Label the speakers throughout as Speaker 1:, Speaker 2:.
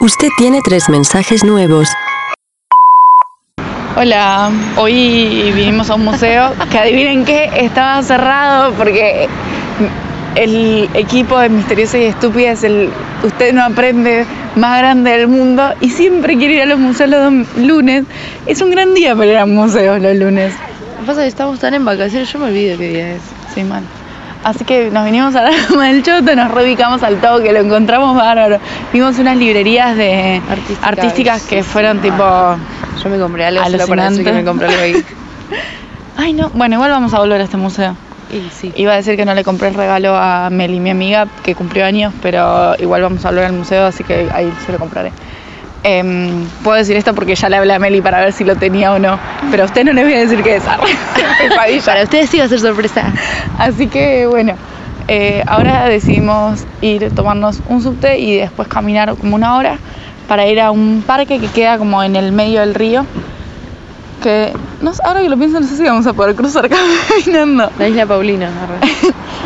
Speaker 1: Usted tiene tres mensajes nuevos.
Speaker 2: Hola, hoy vinimos a un museo que adivinen qué, estaba cerrado porque el equipo de Misteriosa y Estúpida es el Usted no aprende más grande del mundo y siempre quiere ir a los museos los dom- lunes. Es un gran día para ir a museos los lunes.
Speaker 3: Lo que pasa es que estamos tan en vacaciones, yo me olvido qué día es.
Speaker 2: Sí, man. Así que nos vinimos a la Loma del Choto, nos reubicamos al toque, lo encontramos bárbaro. Vimos unas librerías de
Speaker 3: Artísticas. Ah.
Speaker 2: artísticas que fueron tipo...
Speaker 3: Yo me compré algo solo para eso
Speaker 2: Alucinante.
Speaker 3: que me compré algo ahí.
Speaker 2: Ay, no. Bueno, igual vamos a volver a este museo.
Speaker 3: Y sí.
Speaker 2: Iba a decir que no le compré el regalo a Meli, mi amiga, que cumplió años, pero igual vamos a hablar al museo, así que ahí se lo compraré. Em, puedo decir esto porque ya le hablé a Meli para ver si lo tenía o no, pero a usted no le voy a decir que es arre, es pavilla.
Speaker 3: Para ustedes sí va a ser sorpresa.
Speaker 2: Así que bueno, eh, ahora decidimos ir tomarnos un subte y después caminar como una hora para ir a un parque que queda como en el medio del río. Que no, sé, ahora que lo pienso, no sé si vamos a poder cruzar caminando.
Speaker 3: La isla Paulina. arre.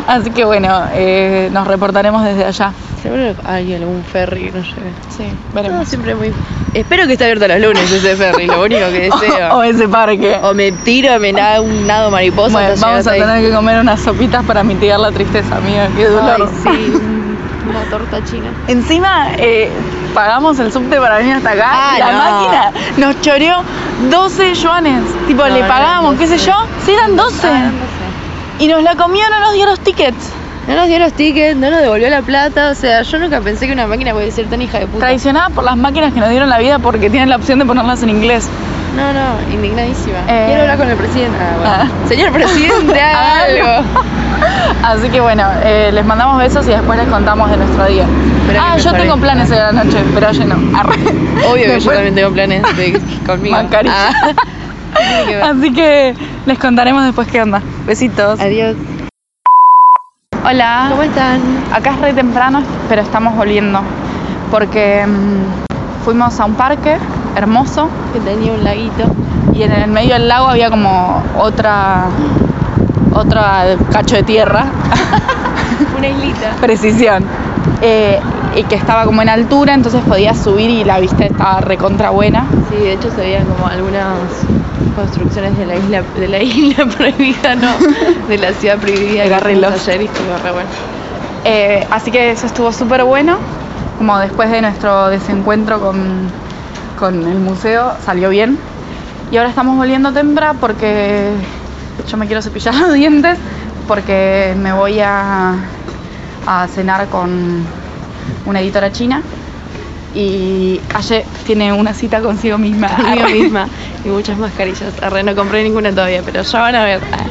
Speaker 2: Así que bueno, eh, nos reportaremos desde allá.
Speaker 3: Seguro hay algún ferry que no llegue.
Speaker 2: Sí,
Speaker 3: No,
Speaker 2: veremos.
Speaker 3: siempre muy... Espero que esté abierto los lunes ese ferry, lo único que
Speaker 2: o, o
Speaker 3: deseo.
Speaker 2: ese parque.
Speaker 3: O me tiro, me nado un nado mariposa.
Speaker 2: Oh. Bueno,
Speaker 3: hasta
Speaker 2: vamos a
Speaker 3: llegar
Speaker 2: tener
Speaker 3: hasta
Speaker 2: que comer unas sopitas para mitigar la tristeza, amiga. Qué
Speaker 3: ahí.
Speaker 2: dolor.
Speaker 3: Ay, sí, un- una torta china.
Speaker 2: Encima eh, pagamos el subte para venir hasta acá.
Speaker 3: Ah,
Speaker 2: la
Speaker 3: no.
Speaker 2: máquina nos choreó 12 yuanes. Tipo,
Speaker 3: No,
Speaker 2: le
Speaker 3: no,
Speaker 2: pagamos, qué sé
Speaker 3: 12.
Speaker 2: yo. Sí, eran 12.
Speaker 3: Ah, no sé.
Speaker 2: Y nos la comió, no nos dio los tickets.
Speaker 3: No nos dio los tickets, no nos devolvió la plata, o sea, yo nunca pensé que una máquina puede ser tan hija de puta.
Speaker 2: Traicionada por las máquinas que nos dieron la vida porque tienen la opción de ponerlas en inglés.
Speaker 3: No, no, indignadísima.
Speaker 2: Eh.
Speaker 3: Quiero hablar con el presidente. Ah, bueno.
Speaker 2: Ah.
Speaker 3: Señor presidente, haga
Speaker 2: Haga
Speaker 3: algo.
Speaker 2: Así que bueno, eh, les mandamos besos y después les contamos de nuestro día.
Speaker 3: Pero
Speaker 2: ah,
Speaker 3: que
Speaker 2: yo
Speaker 3: mejore.
Speaker 2: tengo planes de la noche, pero ayer no. Arre.
Speaker 3: Obvio que yo
Speaker 2: Después-
Speaker 3: también tengo planes de, conmigo.
Speaker 2: Mancari.
Speaker 3: Ah. Tiene que ver.
Speaker 2: Así que les contaremos después qué onda. Besitos.
Speaker 3: Adiós.
Speaker 2: Hola.
Speaker 3: ¿Cómo están?
Speaker 2: Acá es re temprano, pero estamos volviendo. Porque mm, fuimos a un parque hermoso
Speaker 3: Que tenía un laguito.
Speaker 2: y en el medio del lago había como otra otra cacho de tierra,
Speaker 3: Una islita.
Speaker 2: precisión, eh, y que estaba como en altura, entonces podías subir y la vista estaba recontra buena.
Speaker 3: Sí, de hecho se veían como algunas construcciones de la isla, de la isla prohibida, no, de la ciudad prohibida.
Speaker 2: Era
Speaker 3: que
Speaker 2: reloj.
Speaker 3: fuimos Ayer y estuvo re bueno.
Speaker 2: Eh, así que eso estuvo súper bueno. Como después de nuestro desencuentro con, con el museo, salió bien. Y ahora estamos volviendo temprano porque yo me quiero cepillar los dientes porque me voy a, a cenar con una editora china. Y ayer tiene una cita consigo misma.
Speaker 3: Conmigo misma y muchas mascarillas. Arre, no compré ninguna todavía, pero ya van a ver. Ah.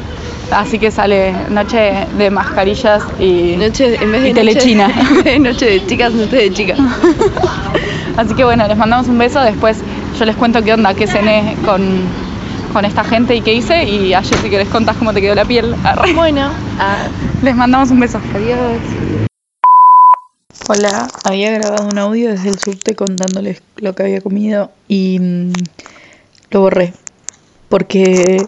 Speaker 2: Así que sale noche de mascarillas y...
Speaker 3: Noche, en vez de
Speaker 2: Y telechina.
Speaker 3: noche- en vez de noche de chicas, noche de chicas.
Speaker 2: Así que bueno, les mandamos un beso. Después yo les cuento qué onda, qué cené con, con esta gente y qué hice. Y ayer, si querés, contás cómo te quedó la piel. Arre.
Speaker 3: Bueno,
Speaker 2: Les mandamos un beso.
Speaker 3: adiós.
Speaker 2: Hola, había grabado un audio desde el subte contándoles lo que había comido y mm, lo borré. Porque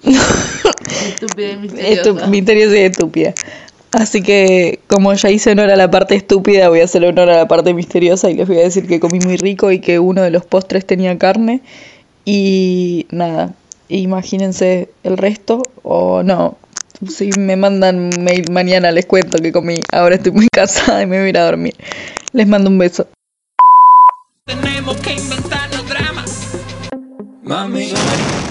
Speaker 3: Estúpida y
Speaker 2: Estu- misteriosa y estúpida. Así que, como ya hice honor a la parte estúpida, voy a hacer honor a la parte misteriosa y les voy a decir que comí muy rico y que uno de los postres tenía carne. Y nada, imagínense el resto o no. Si me mandan mail mañana les cuento que comí. Ahora estoy muy cansada y me voy a ir a dormir. Les mando un beso.
Speaker 4: tenemos que inventarnos dramas. Mami,